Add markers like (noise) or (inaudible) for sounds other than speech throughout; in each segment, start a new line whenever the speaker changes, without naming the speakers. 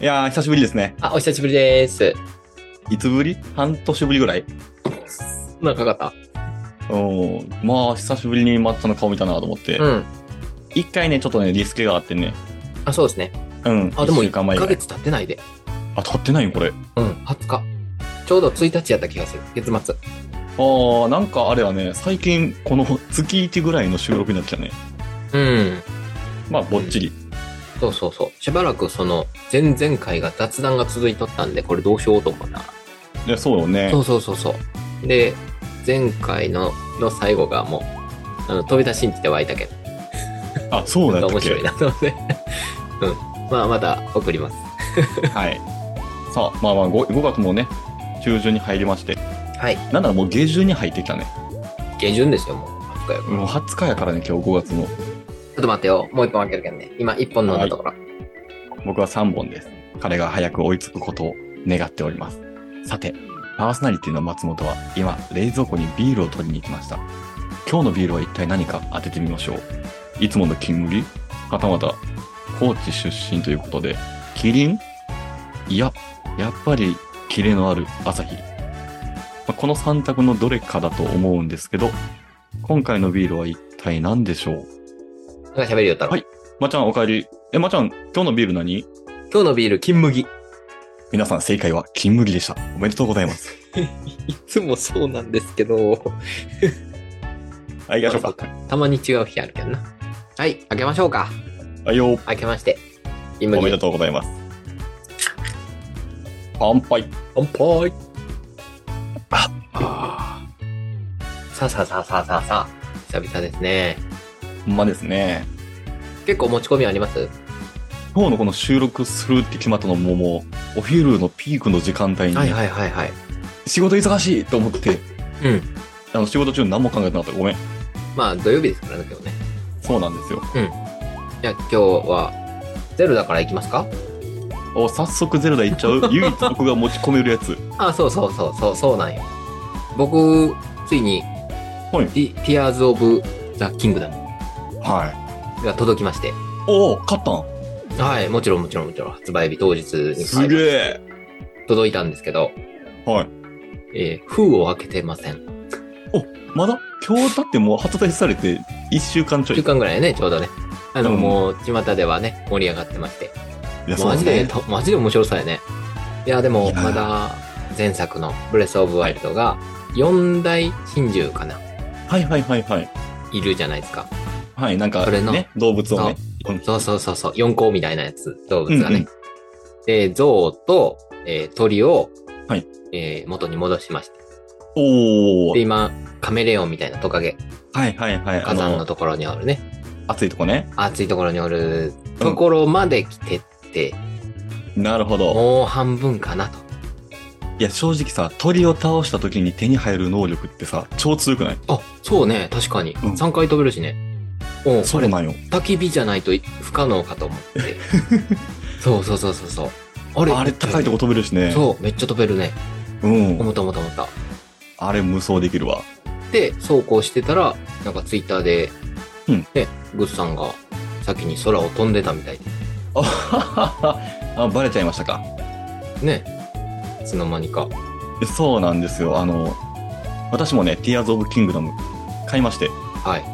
やー、久しぶりですね。
あ、お久しぶりです。
いつぶり半年ぶりぐらい
なんかかかっ
うん。まあ、久しぶりに松さんの顔見たなと思って
た。。うん。
一、回ね、ちょっとね、リスケがあってね。
あ、そうですね。
うん。
あ、でも
一
1
週間前ぐ
ヶ
らい。
月経ってないで。
あ、経ってないよ、これ。
うん、20日。ちょうど1日やった気がする。月末。
あー、なんかあれはね、最近、この (laughs) 月1ぐらいの収録になってきたね。
うん。
まあ、ぼっちり。
そうそうそう。しばらくその、前々回が雑談が続いとったんで、これどうしようと思ったな。
いや、そうよね
そ。うそうそうそう。で、前回の、の最後がもう、あの、飛び出しんちで湧いたけど、
あ、そうだ
ちょ
っ
っ
たっ
と面
け
白いなと思って。 (laughs) うん。まあ、また送ります。
はい。さあ、まあまあ5、5月もね、中旬に入りまして。
はい。
なんならもう下旬に入ってきたね。
下旬ですよ、もう。20日よ
もう20日やからね、今日5月の。
ちょっと待ってよ。もう一本開けるけどね。今、一本飲んだところ。
僕は3本です。彼が早く追いつくことを願っております。さて、パーソナリティの松本は今、冷蔵庫にビールを取りに行きました。今日のビールは一体何か当ててみましょう。いつもの金売りはたまた、高知出身ということで、キリンいや、やっぱり、キレのある朝日。まあこの3択のどれかだと思うんですけど、今回のビールは一体何でしょう
なんか喋るよ、太郎。
はいまちゃんお帰り。え、まちゃん、今日のビール何
今日のビール、金麦。い
皆さん正解は金麦でした。おめでとうございます。
つもそうなんですけど。
はい、行きましょう
そう
か。
たまに違う日あるけどな。はい、開けましょうか。
はいよ、
開けまして。金
おめで
麦。
とうございます。乾杯。
乾杯。
あ
さあさあさあさあさあさあ。久々ですね。
あ、ほんまですね。
結構持ち込みあります
今日のこの収録するって決まったのももう、お昼のピークの時間帯に、
はいはいはいはい。
仕事忙しいと思って、
うん。
あの仕事中何も考えてなかった。ごめん。
まあ、土曜日ですからね、今日ね。
そうなんですよ。
じゃあ今日は、ゼロだから行きますか
お、早速ゼルダ行っち (laughs) ゃう唯一僕が持ち込めるやつ。
あ、そうそうそう、そう、そうなんよ。僕、ついに、
はい
ティティアーズ・オブ・ザ・キングダム
はい。
が届きまして。
おお、勝ったん
はい、もちろんもちろんもちろん、発売日当日に
すげえ。
届いたんですけど、
はい。
えー封を開けてません。
まだ今日だってもう発売されて1週間ちょい。
1週間ぐらいね、ちょうどね。あの、
うん
もう、巷ではね、盛り上がってまして。
いやそう
マジ
ね
で、とマジで面白そうやね。いや、で
い
も、
や
まだ、前作のブレス・オブ・ワイルドが、4大珍獣かな、
はいはいはいはい。
いるじゃないですか。
はい、なんか、
それの
ね、動物をね。
そうそうそうそう、4項みたいなやつ、動物がね。
うんうん
で、象と、えー鳥を、
はい
えー元に戻しました。
お
で、
ー。
今、カメレオンみたいなトカゲ、
はいはいはい。あ
火山の
の、
ところにおるね、
暑いとこね。
暑いところにおるところまで来てって、
なるほど。
もう半分かなと。
いや、正直さ、鳥を倒した時に手に入る能力ってさ、超強くない
あ、そうね、確かに。
うん
3回飛べるしね。うん、
そ
そうれ、
なんよ。
焚き火じゃないと不可能かと思って。 (laughs) そうそうそうそうそう。あれ
あれ高いとこ飛べるしね。
そう、めっちゃ飛べるね。
う。ん。
思った思った思った。
あれ無双できるわ。 (laughs)
で、そうこうしてたら、なんかツイッターで、
うん
ね、グッさんが先に空を飛んでたみたい
あはははあ、バレちゃいましたか。
で、ね、いつの間にか。
でそうなんですよ。あの、私もね、Tears of Kingdom 買いまして、
はい。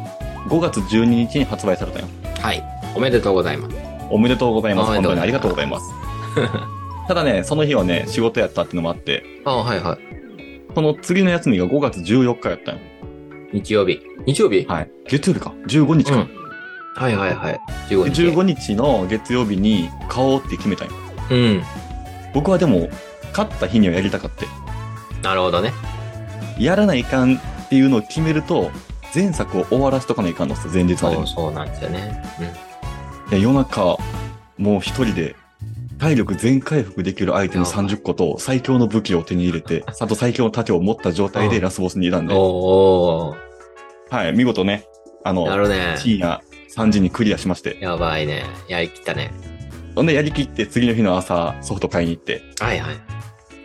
5月12日に発売されたよ。
はい。おめでとうございます。
おめでとうございます。
おめ
本
で
当
とうご
にあ
ざ
り
い
が
ます
とうござい
(laughs)
ます。ただね、その日はね、仕事やったってのもあって、
あはいはい。
その次の休みが5月14日やったんよ。
日曜日。日曜日、
はい。月曜日か。15日
う
か。
ん。はいはいはい。15
で
日。
15日の月曜日に買おうって決めたんよ。
うん。
僕はでも、勝った日にはやりたかって。
なるほどね。
やらないかんっていうのを決めると、前作を終わらせとかないかんのさ、前日まで
そ
に
う。そうなんですよね。うん。
で夜中、もう一人で、体力全回復できるアイテム
やばい
30個と最強の武器を手に入れ
(laughs)
て、あと最強の盾を持った状態でラスボスにいたんで、
おーお
はい、見事ね、あ
ー。な
の、
るね。
深夜3時にクリアしまして、
やばいね。やりきったね。
ほんでやりきって次の日の朝ソフト買いに行って
はいはい。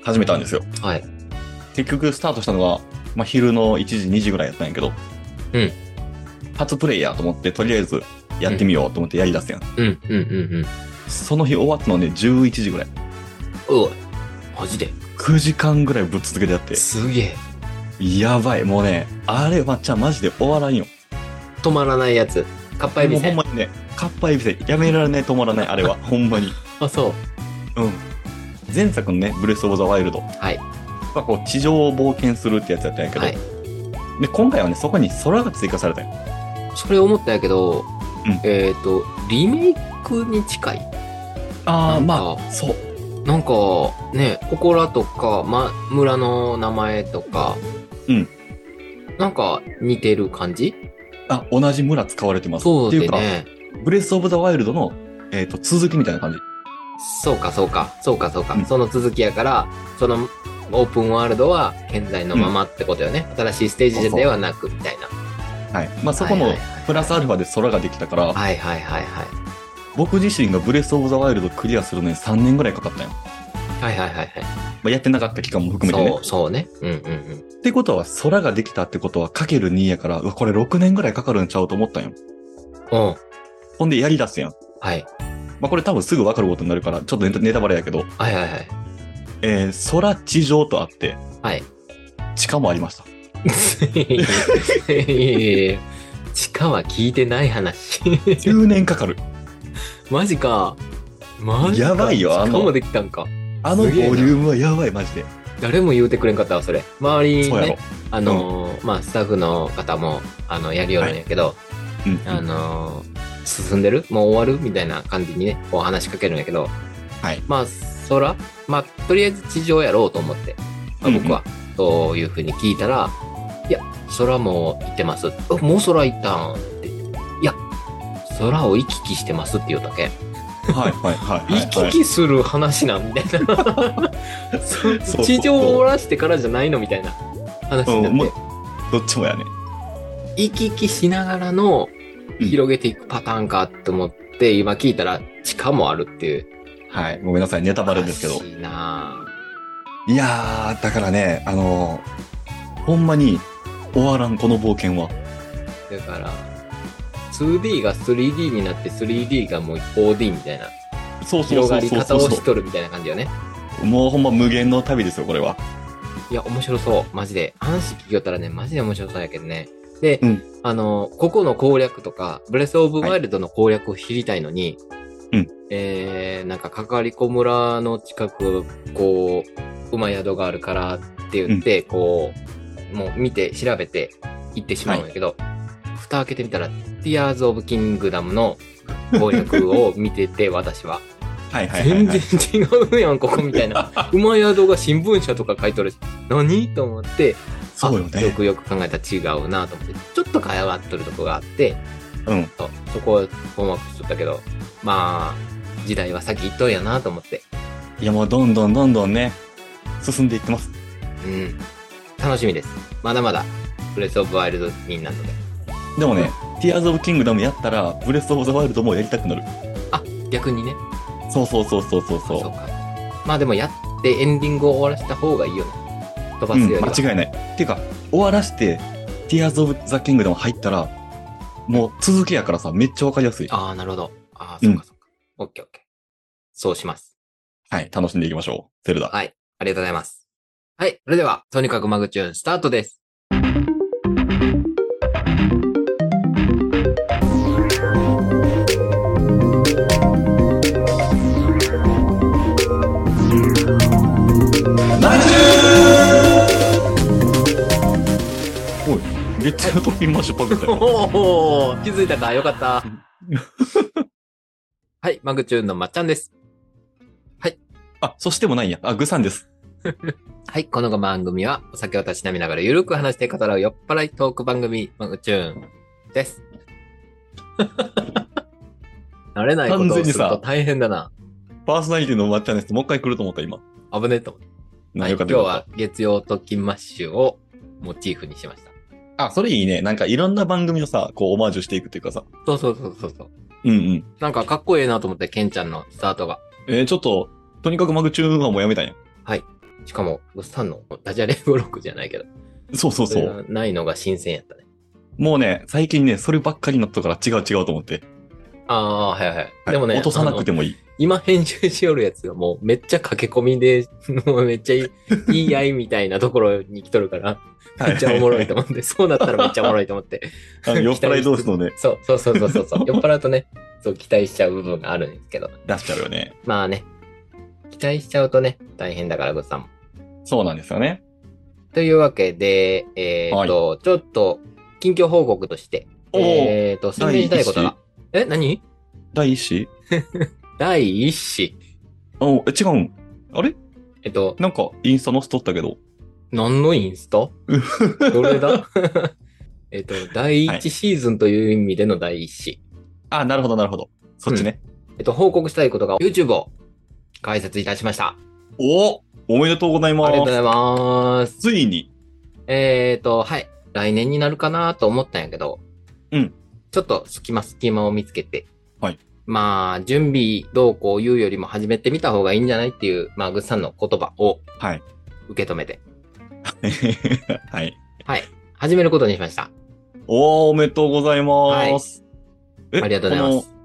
始めたんですよ。
はい。
結局スタートしたのが、まあ、昼の1時2時ぐらいやったんやけど、
うん
初プレイヤーと思ってとりあえずやってみようと思ってやりだすやん、
うん、うん、うん、うん。
その日終わったのね、11時ぐらい。
うわ、マジで
9時間ぐらいぶっ続けてやって。
すげえ。
やばい。もうね、あれ、まっちゃんマジで終わらんよ。
止まらないやつ。かっぱえび
もう
せ
ほん
ん
ま。にね、かっぱえびせん。やめられない、止まらない、あれ
(laughs)
は。ほんまに。
あ、そう。
うん。前作のね、ブレス・オブ・ザ・ワイルド。
はい。
まあ、こう、地上を冒険するってやつやったんやけど、
はい。
で、今回はね、そこに空が追加されたんよ
それ思ったんやけど、
うん
えっ、と、リメイクに近い。
ああ、
なんか
まあ、そう。
なんか、ね、祠とか、ま、村の名前とか、
うん。
なんか、似てる感じ
あ、同じ村使われてます。
そう
ってい
で
うか、
ね。
ブレス・オブ・ザ・ワイルドの、えっ、と、続きみたいな感じ。
そうか、そうか、そうか、そうか、
うん
その続きやから、その、オープンワールドは現在のままってことよね。新しいステージではなく、みたいな。
はい。まあ、そこ
は
の
いはいはい
プラスアルファで空ができたから、
はいはいはいはい。
僕自身がブレス・オブ・ザ・ワイルドクリアするのに3年ぐらいかかったんよ。
はいはいはいはい。
まあ、やってなかった期間も含めて
そ
ね
う、。そうね。うんうんうん。
ってことは、空ができたってことは、かける2やから、うわ、これ6年ぐらいかかるんちゃうと思ったんよ。
うん。
ほんで、やり出すやん。
はい。
まあ、これ多分すぐわかることになるから、ちょっとネタネタバレやけど、
はいはいはい。 (laughs)
えー、空地上とあって、
はい。
地下もありました。
(laughs) いやいやいやいや地下は聞いてない話。 (laughs)
10年かかる。
マジか。マジか。
やばいよあ
地
の
下もできたんか。
あのボ
す
リ
げえ
ュ
な
ームはやばい、マジで。
誰も言うてくれんかったわ、それ。周りに
そうや
ね
ろ、。
あのーまあ、スタッフの方も、あの、やるようなんやけど、
うん。
あのー進んでるもう終わるみたいな感じにね、こう話しかけるんやけど、
はい
まあ、空まあ、とりあえず地上やろうと思って、まあ、
うんうん
僕は、そういうふうに聞いたら、いや、空も行ってます。あもう空行ったんって。いや、空を行き来してますって言うたけん。
はい、はい、はい。はい
行き来する話なんみ
(laughs)
(laughs) たいな。
そうそう
地上を折らしてからじゃないのみたいな話に
うんも
なっ
う
て。
どっちもやね。
行き来しながらの
うん
広げていくパターンかと思って、今聞いたら地下もあるっていう。
はい。ごめんなさい、ネタバレですけど
おか。しいない
やー、だからね、あのーほんまに終わらん、この冒険は。
ぁだから、2D が 3D になって 3D がもう 4D みたいな
そうそう
広
そ
が
う
り
そう
方
そ
を
う
しとるみたいな感じよね。
もうほんま無限の旅ですよ、これは。
いや、面白そう。マジで。話聞きよったらね、マジで面白そうやけどね。で、
うん
あの、ここの攻略とか、ブレス・オブ・ワイルドの攻略を知りたいのに、
うん
えー、なんか、かかりこ村の近く、こう、馬宿があるからって言って、こう、もう見て、調べて、行ってしまうんやけど、蓋開けてみたら、ティアーズ・オブ・キングダムの攻略を見てて、私は。
はいはいはい、はい。
全然違うやん、ここみた
(laughs)
いな。馬宿が新聞社とか書いとるし、何と思って、
そうよ
あよ
ね。
くよく考えたら違うなと思って、ちょっと会話っとるとこがあって、
うん。
そうそこを困惑しとったけど、まあ、時代は先行っとんやなと思って、
いやもうどんどんどんどんね、進んでいってます。
うん。楽しみです。まだまだ、ブレスオブワイルドになるので。
でもね、ティアーズ・オブ・キングダムやったら、ブレス・オブ・ザ・ワイルドもやりたくなる。
逆にね、
そうそうそうそうそうそう。
そうか。まあでもやってエンディングを終わらせた方がいいよね。飛ば
う
すよ
ん、
りは。
間違いない。っていうか、終わらして、ティアーズ・オブ・ザ・キングダム入ったら、もう続きやからさ、めっちゃわかりやすい。
ああ、なるほど。ああ、
う
そ
ん
うかそうか。オッケーオッケー。そうします。
はい、楽しんでいきましょう。ゼルダ。
はい。ありがとうございます。はい。それでは、とにかくマグチューン、スタートです。
おい、めっちゃ飛びましょう、パクった (laughs) よ。
おお気づいたかよかった。 (laughs) はい。マグチューンのまっちゃんです。
あ、そしてもないんや。あ、グサンです。
はい。この番組は、お酒をたしなみながらゆるく話して語らう酔っ払いトーク番組、マグチューンです。 (laughs) 慣れないことをすると大変だな。
パーソナリティのまっちゃんです。もう一回来ると思った、今。
危ねえと思って。
な
はい
よかった
今日
よかっ
は月曜特勤マッシュをモチーフにしました。
た。あ、それいいね。なんかいろんな番組をさ、こう、オマージュしていくっていうかさ。
そうそうそうそうそう。
うんうん。
なんかかっこいいなと思って、ケンちゃんのスタートが。
えー、ちょっと、とにかくマグチューンはもうやめたんや。
しかも、グッサンのダジャレブロックじゃないけど、
そうそうそ
れ
う。
がないのが新鮮やったね。
もうね、最近ね、そればっかりになったから違う違うと思って。
ああ、はいはい。
はい
でもね、
落とさなく
あの
てもいい。
今編集しよるやつがもうめっちゃ駆け込みで、 (laughs) もうめっちゃいい、いいやいみたいなところに来とるから、めっちゃおもろいと思って、そうなったらめっちゃおもろいと
(laughs)
思って。
あの酔っ払い同士のね、
そうそうそうそうそうそう。酔っ払うとね、そう期待しちゃう部分があるんですけど。
出しちゃうよね。
まあね、期待しちゃうとね、大変だから、グッさんも。
そうなんですよね。
というわけで、えっ、と、ちょっと、近況報告として、
おお
えっ、と、宣伝したいことが。え、何
第一子
第一子。
おえ違うん。あれ
えっと、
なんかインスタ載せとったけど。
何のインス (laughs) タどれ (laughs) だえっと、第
はい
一シーズンという意味での第一子。
あ、なるほど、なるほど。そっちね。
えっと、報告したいことが YouTube を開設いたしました。
おおめでとうござい
あ
ま
りがとうご
す。
ざいます。
ついに。 (laughs)
えっと、はい。来年になるかなと思ったんやけど。
うん。
ちょっと隙間隙間を見つけて。
はい。
まあ、準備どうこう言うよりも始めてみた方がいいんじゃないっていう、まあ、グッさんの言葉を
はい。
受け止めて、
はい。
始めることにしました。
おおおめでとうございます。え
ありがとうございま。
こ
す。
の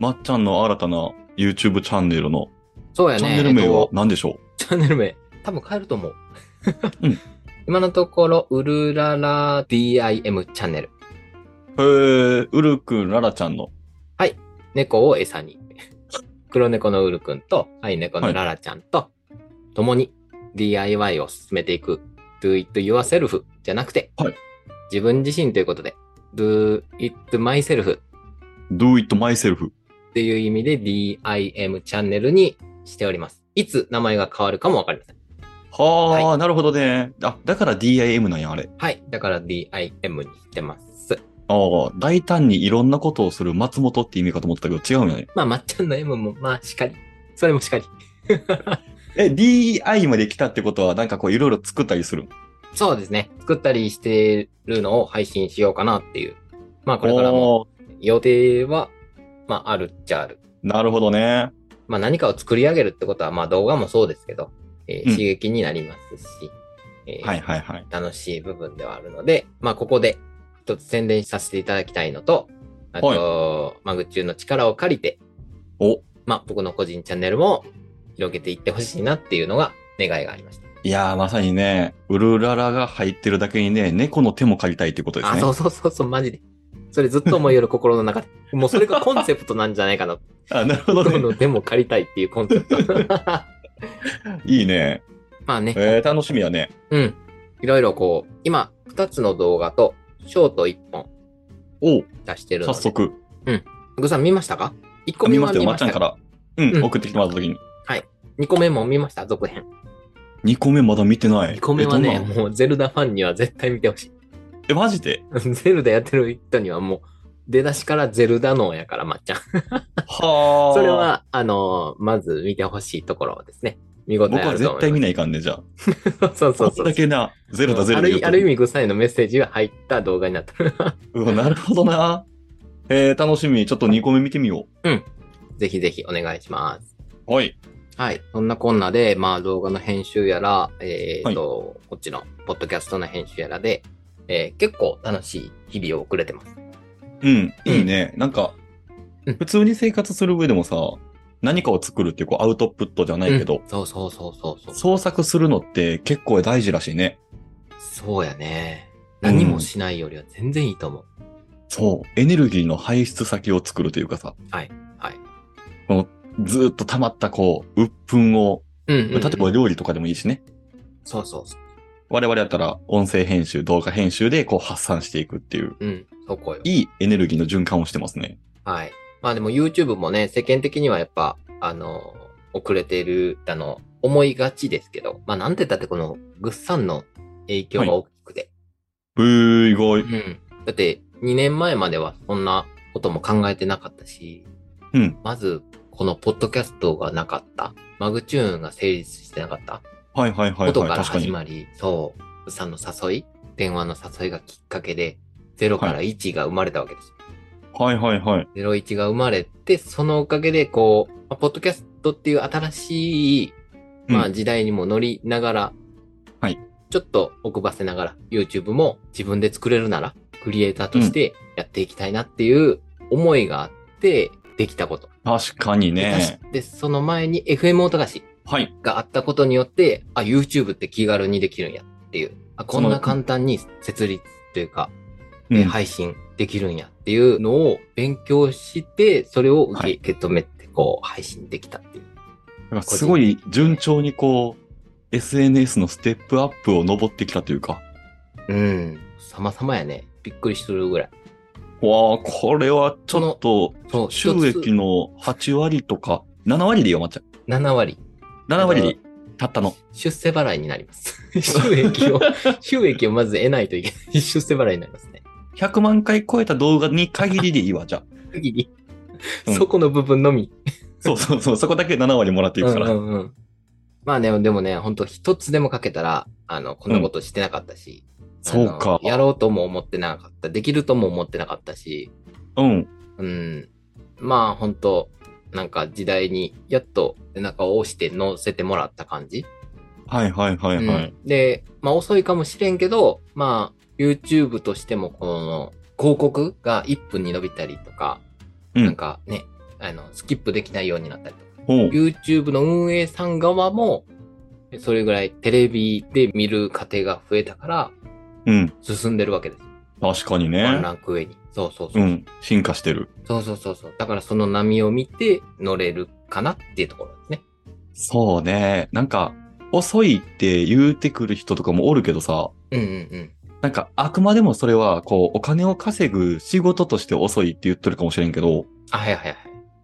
まっちゃんの新たな YouTube チャンネルの
そうやね。
チャンネル名
えっ
は
と
何でしょ
チャンネル名、多分変えると思う。
うん
(laughs) 今のところ、うるらら DIM チャンネル。
う、へえ、うるくんららちゃんの。
猫を
(laughs)
餌に。黒猫のうるくんと、愛猫のららちゃんと、共に DIY を進めていく。do it yourself じゃなくて、
はい
自分自身ということで、do it myself
do it myself。
っていう意味で DIM チャンネルにしております。いつ名前が変わるかもわかりません。
はあ、
は
なるほどね。あ、だから DIM なんや、あれ。
はい。だから DIM にしてます。
ああ、大胆にいろんなことをする松本って意味かと思ったけど違うんやね。
まあ、まっちゃんの M も、まあ、しかり。それもしかり。
え、DI まで来たってことは、なんかこういろいろ作ったりするん
そうですね。作ったりしてるのを配信しようかなっていう。まあ、これからも
おー
予定は、まあ、あるっちゃある。
なるほどね。
まあ、何かを作り上げるってことは、まあ、動画もそうですけど、えー
うん
刺激になりますし、えー
はいはいはい。
楽しい部分ではあるので、まあ、ここで一つ宣伝させていただきたいのと、あと、マグチューの力を借りて、
お、
まあ、僕の個人チャンネルも広げていってほしいなっていうのが願いがありました。
いやーまさにね、うるららが入ってるだけにね、猫の手も借りたいってことです
あ、
ね。
そうそうそうそう、マジで。それずっと思いよる心の中で。 (laughs) もうそれがコンセプトなんじゃないかな。
あなるほど
ど
ね。
のでも借りたいっていうコンセ
(laughs)
プト。
いいね。
まあね、
えー、楽しみやね。
うん。いろいろこう、今、二つの動画と、ショート一本
お
出してるの
早
で。
速。
ぐさん見ましたか一個
あ
目
見
は
ましたよ、
見
まっ
まし
ちゃん
た
か。
から
うん、
うん
送ってきてもらった時に。
二個目も見ました、続編。
2個目まだ見てない。
二個目は
え
ね、
どんな
もうゼルダファンには絶対見てほしい。
え、マジで
(laughs) ゼルダやってる人にはもう、出だしからゼルダ脳やから、まっちゃん。
はあ。
それ。は、あのーまず見てほしいところですね。見応え
僕
あ
は
ると
絶
思い
対見
ま
ないかんね、じゃあ。
す。 (laughs) そうそうそ
これだ。
う
けな、ゼロだゼロ
あ
だ言う
る
と
ある意味、グサイのメッセージが入った動画になった。
うんなるほどな。 (laughs) えー、楽しみ。ちょっと2個目見てみよ
(laughs) ぜひぜひお願いします。
う。はい。
はい。そんなこんなで、まあ動画の編集やら、えっ、と、こっちのポッドキャストの編集やらで、えー結構楽しい日々を送れてます。
うん、いいね。なんか
うん、
普通に生活する上でもさ、何かを作るっていうこうアウトプットじゃないけど
う、んそうそうそうそうそう。
創作するのって結構大事らしいね。
そうやね。
うん
何もしないよりは全然いいと思う。
そう。エネルギーの排出先を作るというかさ、
はい。
ずーっと溜まったこう、鬱憤を、
うん、う
例え
ん
ば料理とかでもいいしね。
そうそうそう。
我々だったら音声編集、動画編集でこう発散していくっていう、
うん。そこよ。
いいエネルギーの循環をしてますね。
はい。まあでも YouTube もね、世間的にはやっぱ、あの、遅れてる、あの、思いがちですけど、まあなんて言ったってこの、ぐっさんの影響が大きくて、
うー、意外。
うん。だって、2年前まではそんなことも考えてなかったし、
うん。
まず、このポッドキャストがなかった、マグチューンが成立してなかった
はいはいはい、
ことか
はい。
ら
確か
始
に。
まり、そう、さんの誘い、電話の誘いがきっかけで、0から1が生まれたわけです。
はいはいはい。
01が生まれて、そのおかげで、こう、まあポッドキャストっていう新しい、ま
う
あ時代にも乗りながら、
はい。
ちょっと奥ばせながら、YouTube も自分で作れるなら、クリエイターとしてやっていきたいなっていう思いがあっってできたこと。
確かにね。
で、その前に FM 大高市
はい。
があったことによって、あ、YouTube って気軽にできるんやっていう。あ、こんな簡単に設立というか、
うん
え配信できるんやっていうのを勉強して、それを受け,、
はい
受け止めて、こう、配信できたっていう。
なんかすごい順調にこう、SNS のステップアップを登ってきたというか、
うん。様々やね。びっくりするぐらい。
わあ、これはちょっと
そう、
収
一
益
つ
の8割とか、7割でよ、まっちゃん。
7割。
7割でたったの。
出世払いになり
(laughs)
ます。収益を、収益をまず得ないといけない。出世払いになりますね。
100万回超えた動画に限りでいいわ、
(laughs)
じゃあ。
次に、
うん
そこの部分のみ。
そうそうそう、そこだけ7割もらっていくから。
うんうんうんまあね、でもね、本当一つでもかけたら、あの、こんなことしてなかったし。
そうか
あの。やろうとも思ってなかった。できるとも思ってなかったし。
うん。
うん。まあ本当なんか時代にやっと背中を押して乗せてもらった感じ。
はいはいはいはい。
うんで、まあ遅いかもしれんけど、まあ YouTube としてもこの広告が1分に伸びたりとか、
うん
なんかね、あの、スキップできないようになったりとか、
ほう
YouTube の運営さん側も、それぐらいテレビで見る過程が増えたから
うん。
進んでるわけです。
確かに
ワン
ね。
ランク上に。そうそうそうう。
ん。進化してる。
そうそうそうそう。だからその波を見て乗れるかなっていうところですね。
そうね。なんか、遅いって言うてくる人とかもおるけどさ、
うんうん
なんか、あくまでもそれは、こう、お金を稼ぐ仕事として遅いって言ってるかもしれんけど、
うん。あ、はいはいはい。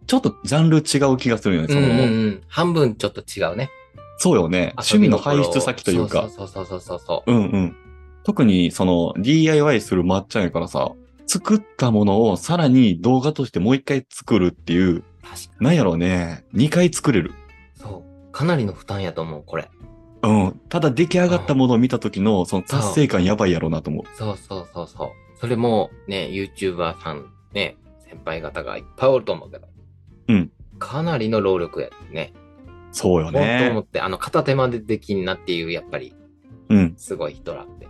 ちょっとジャンル違う気がするよね。
う
そ
ん
の、
うんうん。半分ちょっと違うね。
そうよね。趣味の排出先というか。
そうそうそうそうそうそう。
うんうん。特に、その、DIY するまっちゃんやからさ、作ったものをさらに動画としてもう一回作るっていう、
確かに。
なんやろうね。二回作れる。
そう。かなりの負担やと思う、これ。
うん。ただ出来上がったものを見た時の、その達成感やばいやろうなと思う。
そうそうそうそう。それも、ね、YouTuber さん、ね、先輩方がいっぱいおると思うけど。
うん。
かなりの労力やね。
そうよ
もっと思
ね。
って、あの、片手までできんなっていう、やっぱり、
うん。
すごい人らって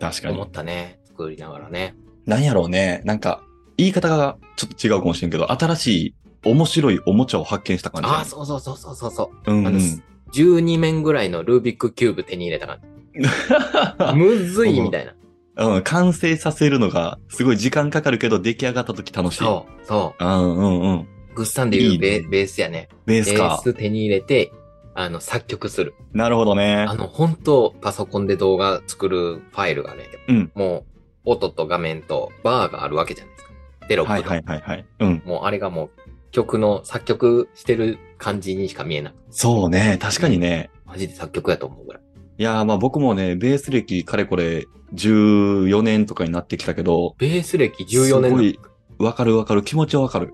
確か
思
に
っ。たね。作りながらね。
なんやろうね。なんか、言い方がちょっと違うかもしれんけど、新しい面白いおもちゃを発見した感じ。
ああ、そうそうそうそうそうそう。
うん、う
あの
ん。
12面ぐらいのルービックキューブ手に入れた感じ。むずいみたいな。
うん、完成させるのが、すごい時間かかるけど、出来上がった時楽しい。。
そう、そう
んうんうん。
う。グッサンで言
いうい
ベ
ね
ベースやね。
ベー
ベ
スか
ー。ス手に入れて、あの、作曲する。
なるほどね
(laughs) あ。の、本当パソコンで動画作るファイルがね、
うん
もう、音と画面とバーがあるわけじゃないですか。テロップ
は
の
いはいはいはい。うん。
もうあれがもう、曲の作曲してる感じにしか見えない。
そうね。確かにね。
マジで作曲やと思うぐらい。
いやーまあ僕もね、ベース歴かれこれ14年とかになってきたけど、
ベース歴14
す
年の
ごい、わかるわかる。気持ちはわかる。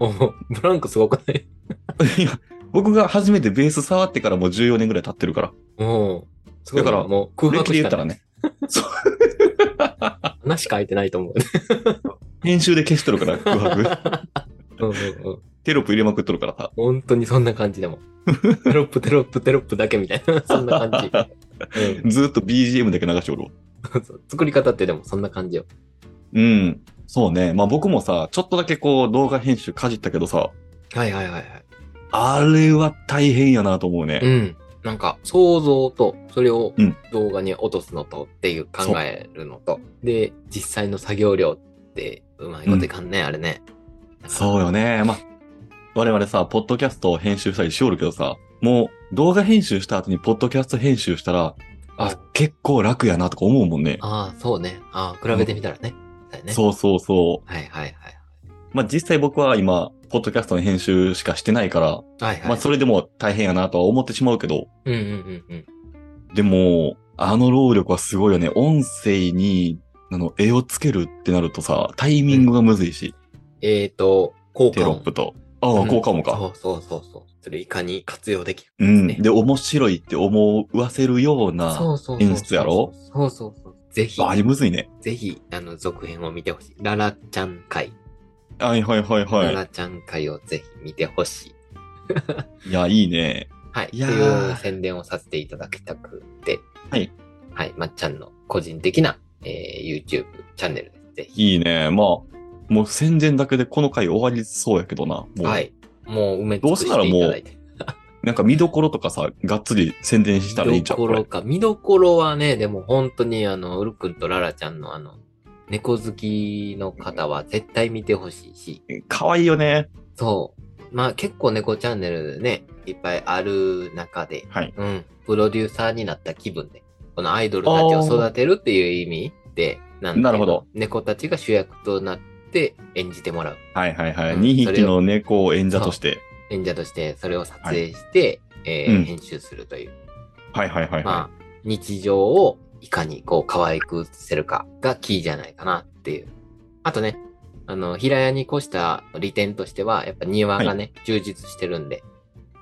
もうブランクすごくない
いや、僕が初めてベース触ってからもう14年ぐらい経ってるから。
もう、すごい。
だから
もう空
歴
白
で
し
言
か
った
な
ら
い。
ね。そう。
穴しか開いてないと思う。
編集で消しとるから、空白。
うんうんうん。
(laughs) テロップ入れまくっとるからさ。
本当にそんな感じでも。テロップ、テロップ、テロップだけみたいな、そんな
(laughs)
感じ。うん
ずーっと BGM だけ流しておるわ。
そう作り方ってでもそんな感じよ。
うん。そうね。まあ僕もさ、ちょっとだけこう動画編集かじったけどさ、
はいはいはいはい。
あれは大変やなと思うね。
うん。なんか、想像と、それを
うん
動画に落とすのとっていう考えるのと、で、実際の作業量って、うまいこといかんね、あれね。
そうよね。まあ、我々さ、ポッドキャストを編集したりしおるけどさ、もう動画編集した後にポッドキャスト編集したら、あ、結構楽やなとか思うもんね。
ああ、そうね。ああ、比べてみたらね。だよね。
そうそうそう。
はいはいはい。
まあ実際僕は今、ポッドキャストの編集しかしてないから、
はいはい。
まあそれでも大変やなとは思ってしまうけど、
うんうんうんうん。
でも、あの労力はすごいよね。音声に、あの、絵をつけるってなるとさ、タイミングがむずいし、
えっ、ー、と、効果
テロップと。ああ、こうかもか。
そうそうそうそう。それいかに活用できるか
う
です
ん。
ね。
で、面白いって思わせるような、
そうそうそうそう。
演出やろ
そうそうそう。ぜひ、
ああれむずいね。
ぜひ、あの、続編を見てほしい。ララちゃん会。
はいはいはい
ラ
は
ラちゃん会をぜひ見てほしい。
い。いや、いいね。
はい。
いやー
という宣伝をさせていただきたくて。
はい。
はい。まっちゃんの個人的な、えー YouTube チャンネルです。ぜひ。
いいね。まあ、もう宣伝だけでこの回終わりそうやけどな。もう
はい。もう埋め
ど
尽
う
く
せ
し
なら
て
もう
いただいて。
なんか見どころとかさ、がっつり宣伝したらいいん
見
ちゃ
ど
うこ
こ
れ
ろか。見どころはね、でも本当にあの、ウルくんとララちゃんのあの、猫好きの方は絶対見てほしいし、
かわいいよね。
そう。まあ結構猫チャンネルね、いっぱいある中で、
はい。
うん、プロデューサーになった気分で、このアイドルたちを育てるっていう意味で、なんていうの
なるほど。
猫たちが主役となって演じてもらう。
はいはいはい。
うん
2匹の猫を演者として。
演者としてそれを撮影して、えー
うん
編集するという、
はいはいはいは
まあ、日常をいかにこう可愛く映せるかがキーじゃないかなっていう。あとね、あの、平屋に越した利点としては、やっぱ庭がね、充実してるんで、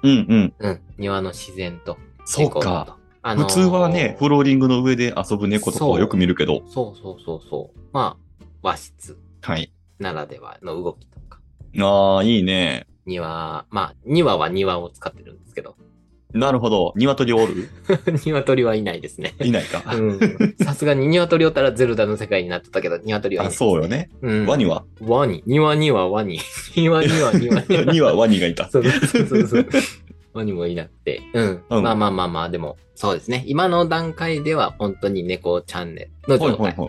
い。うんうん。
うん、庭の自然と。
そう
猫
か。
と。あの
普
ー
通はね、フローリングの上で遊ぶ猫とか
そ
を
う
よく見るけど。
そうそうそうそう。まあ、和室
はい。
ならではの動きとか、
ああ、いいね。
庭、まあ、庭は庭を使ってるんですけど、 (laughs)
なるほど。鶏おる
鶏はいないですね。
いないか。
(laughs) うんさすがに鶏をたらゼルダの世界になってたけど、鶏はい
あ、
ない。
そうよね。
うん。
ワニは
ワニ。庭にはワニ。庭には
(laughs)
庭に。
にはワニがいた。
(laughs) そうそうそうそう。ワニもいなくて。うん。
うん
まあまあまあまあ、でも、そうですね。今の段階では本当に猫チャンネルの
ほい
状
ほい
態。
ほい。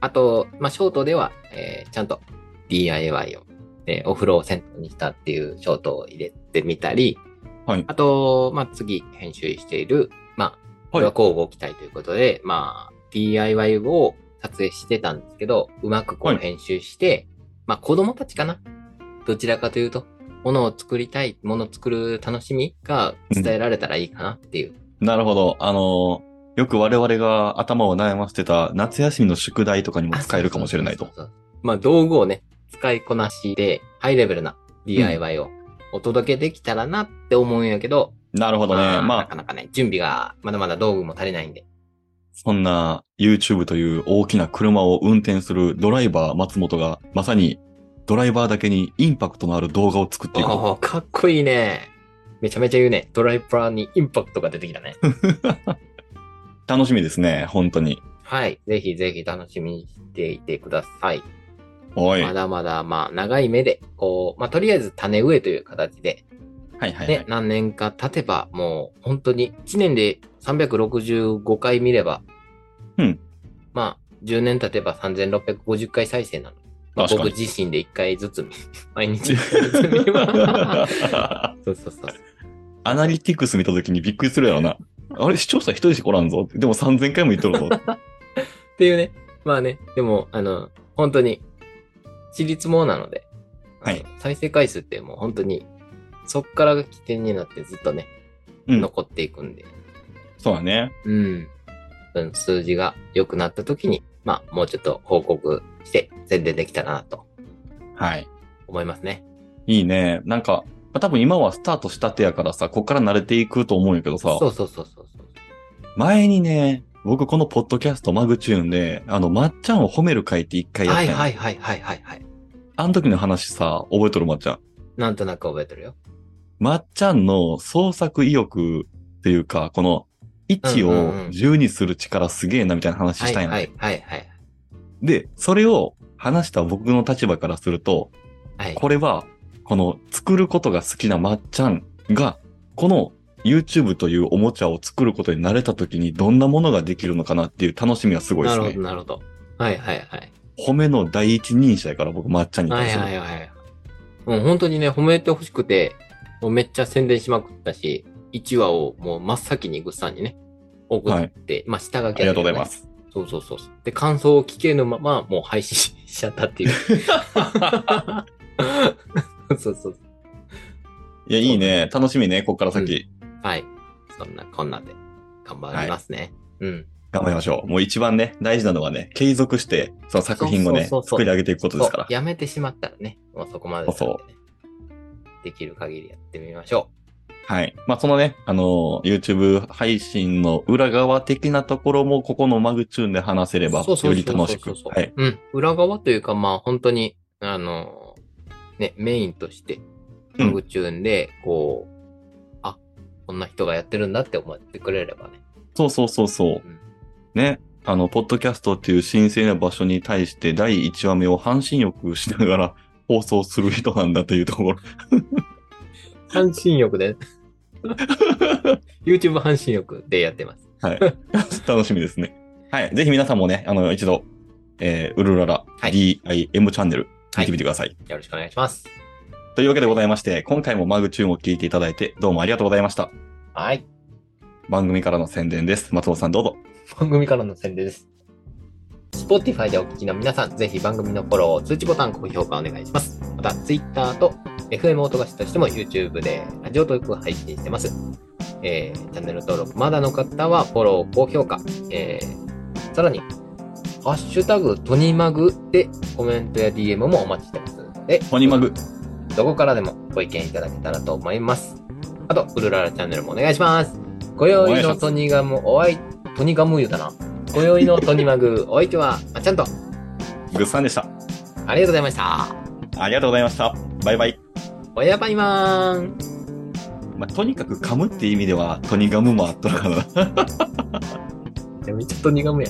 あと、まあ、ショートでは、えーちゃんと DIY を、えーお風呂を銭湯にしたっていうショートを入れてみたり、
はい
あと、まあ、次編集している、まあ、これは交互期待ということで、まあ、DIY を撮影してたんですけど、うまくこ
は
う
い
編集して、まあ、子供たちかなどちらかというと、ものを作りたい、ものを作る楽しみが伝えられたらいいかなっていう。
なるほど。あのーよく我々が頭を悩ませてた夏休みの宿題とかにも使えるかもしれないと
あ。。そうそうそうそうまあ、道具をね、使いこなしで、ハイレベルな DIY をお届けできたらなって思うんやけど、
なるほど
ま
ね。
あ、な
まあ、
かなかね、準備が、まだまだ道具も足りないんで。
そんな YouTube という大きな車を運転するドライバー松本が、まさにドライバーだけにインパクトのある動画を作っていく。
おーかっこいいね。めちゃめちゃ言うね。ドライバーにインパクトが出て
(laughs)
きたね。
楽しみですね。本当に。
はい。ぜひぜひ楽しみにしていてください。
おい。
まだまだ、まあ、長い目で、こう、まあ、とりあえず種植えという形で、
はいはい、は
ね
い、。
何年か経てば、もう本当に1年で365回見れば、
うん。
まあ、10年経てば3650回再生なの。まあ、
確か
僕
に。
自身で1回ずつ見、 (laughs) 毎日一回ずつ見ます
(laughs)
そうそうそう。
アナリティクス見た時にびっくりするやろな。あれ視聴者一人しかおらんぞ。でも3000回も言っと (laughs) るぞ。
っていうね。まあね、でも、あの、本当に、私立もなので、
はい
あの。再生回数ってもう本当に、そっからが起点になってずっとね、
うん
残っていくんで、
そうだね。
うん。うん数字が良くなった時に、まあ、もうちょっと報告して宣伝できたらなと
はい。
思いますね。
いいね。なんか、まあ多分今はスタートしたてやからさ、こっから慣れていくと思うんやけどさ
そ、うそうそうそうそう。
前にね、僕このポッドキャストマグチューンで、あの、まっちゃんを褒める会って一回やっ
は
た
い
やん
はいはいはいはいはい。
あの時の話さ、覚えとるまっちゃん。
なんとなく覚えてるよ。
まっちゃんの創作意欲っていうか、この、1
うんう
を
んうん
10にする力すげえなみたいな話
は
し
い
た
はいい
の。
はいはい。
で、それを話した僕の立場からすると、
はい。
これは、この作ることが好きなまっちゃんが、この YouTube というおもちゃを作ることに慣れた時にどんなものができるのかなっていう楽しみがすごいで
な
す
るほど
ね。
なるほど。はいはいはい。
褒めの第一人者やから僕まっちゃんに
は
対
い
する。
はいはい。もう本当にね、褒めてほしくて、もうめっちゃ宣伝しまくったし、1話をもう真っ先にグッさんにね、送って、まあ下書き、
ありがとうございま。す。
そうそうそうそう。で、感想を聞けぬまま、もう配信しちゃったっ
(laughs)
ていう。そうそうそう。
いや、いいね。楽しみね。こっから先、
はい。そんなこんなで頑張りますね。うん。
頑張りましょう。もう一番ね、大事なのはね、継続して、その作品をね、
そうそうそうそう
作り上げていくことですか
そ
ら
う。やめてしまったらね、もうそこまでなんでね、
そう
できる限りやってみましょ
はい。まあ、そのね、あのー YouTube 配信の裏側的なところも、ここのマグチューンで話せ
う。
れば、
そうそう
よ
そう
り楽しく。
そうそう
はい。
うん。裏側というか、まあ本当に、あの、ね、メインとして、
うん
マグチューンで、こう、あ、こんな人がやってるんだって思ってくれればね。
そうそうそうそう。
うん
ね。あの、ポッドキャストっていう神聖な場所に対して第1話目を半身浴しながら放送する人なんだというところ。
半身浴で。YouTube 半身浴でやってます。
はい。 (laughs) 楽しみですね。はい。ぜひ皆さんもね、あの、一度、えー、うるらら
はい
DIM チャンネル
は
見
い。
てみてく
よ
ださい。
ろしくお願いします。
というわけでございまして、今回もマグチューンを聞いていただいてどうもありがとうございました。
はい。
番組からの宣伝です。松本さんどうぞ。
番組からの宣伝です。Spotify でお聞きの皆さん、ぜひ番組のフォロー、通知ボタン、高評価お願いします。また、Twitter と FM 音菓子としても YouTube でラジオトークを配信してます。えー、チャンネル登録、まだの方はフォロー、高評価、えー、さらに、ハッシュタグ、トニマグでコメントや DM もお待ちしてますので、
ポニマグ。
どこからでもご意見いただけたらと思います。あと、ウルララチャンネルもお願いします。ご用意のトニガム、おあい、トニガム言うたな。ご用意のトニマグ、お相手は、あっちゃんと、あ
グッさんでした。
りがとうございました。
ありがとうございました。バイバイ。
おやばいまーん。
まあ、とにかく噛むっていう意味では、トニガムもあったのかな。
めっちゃトニガムや。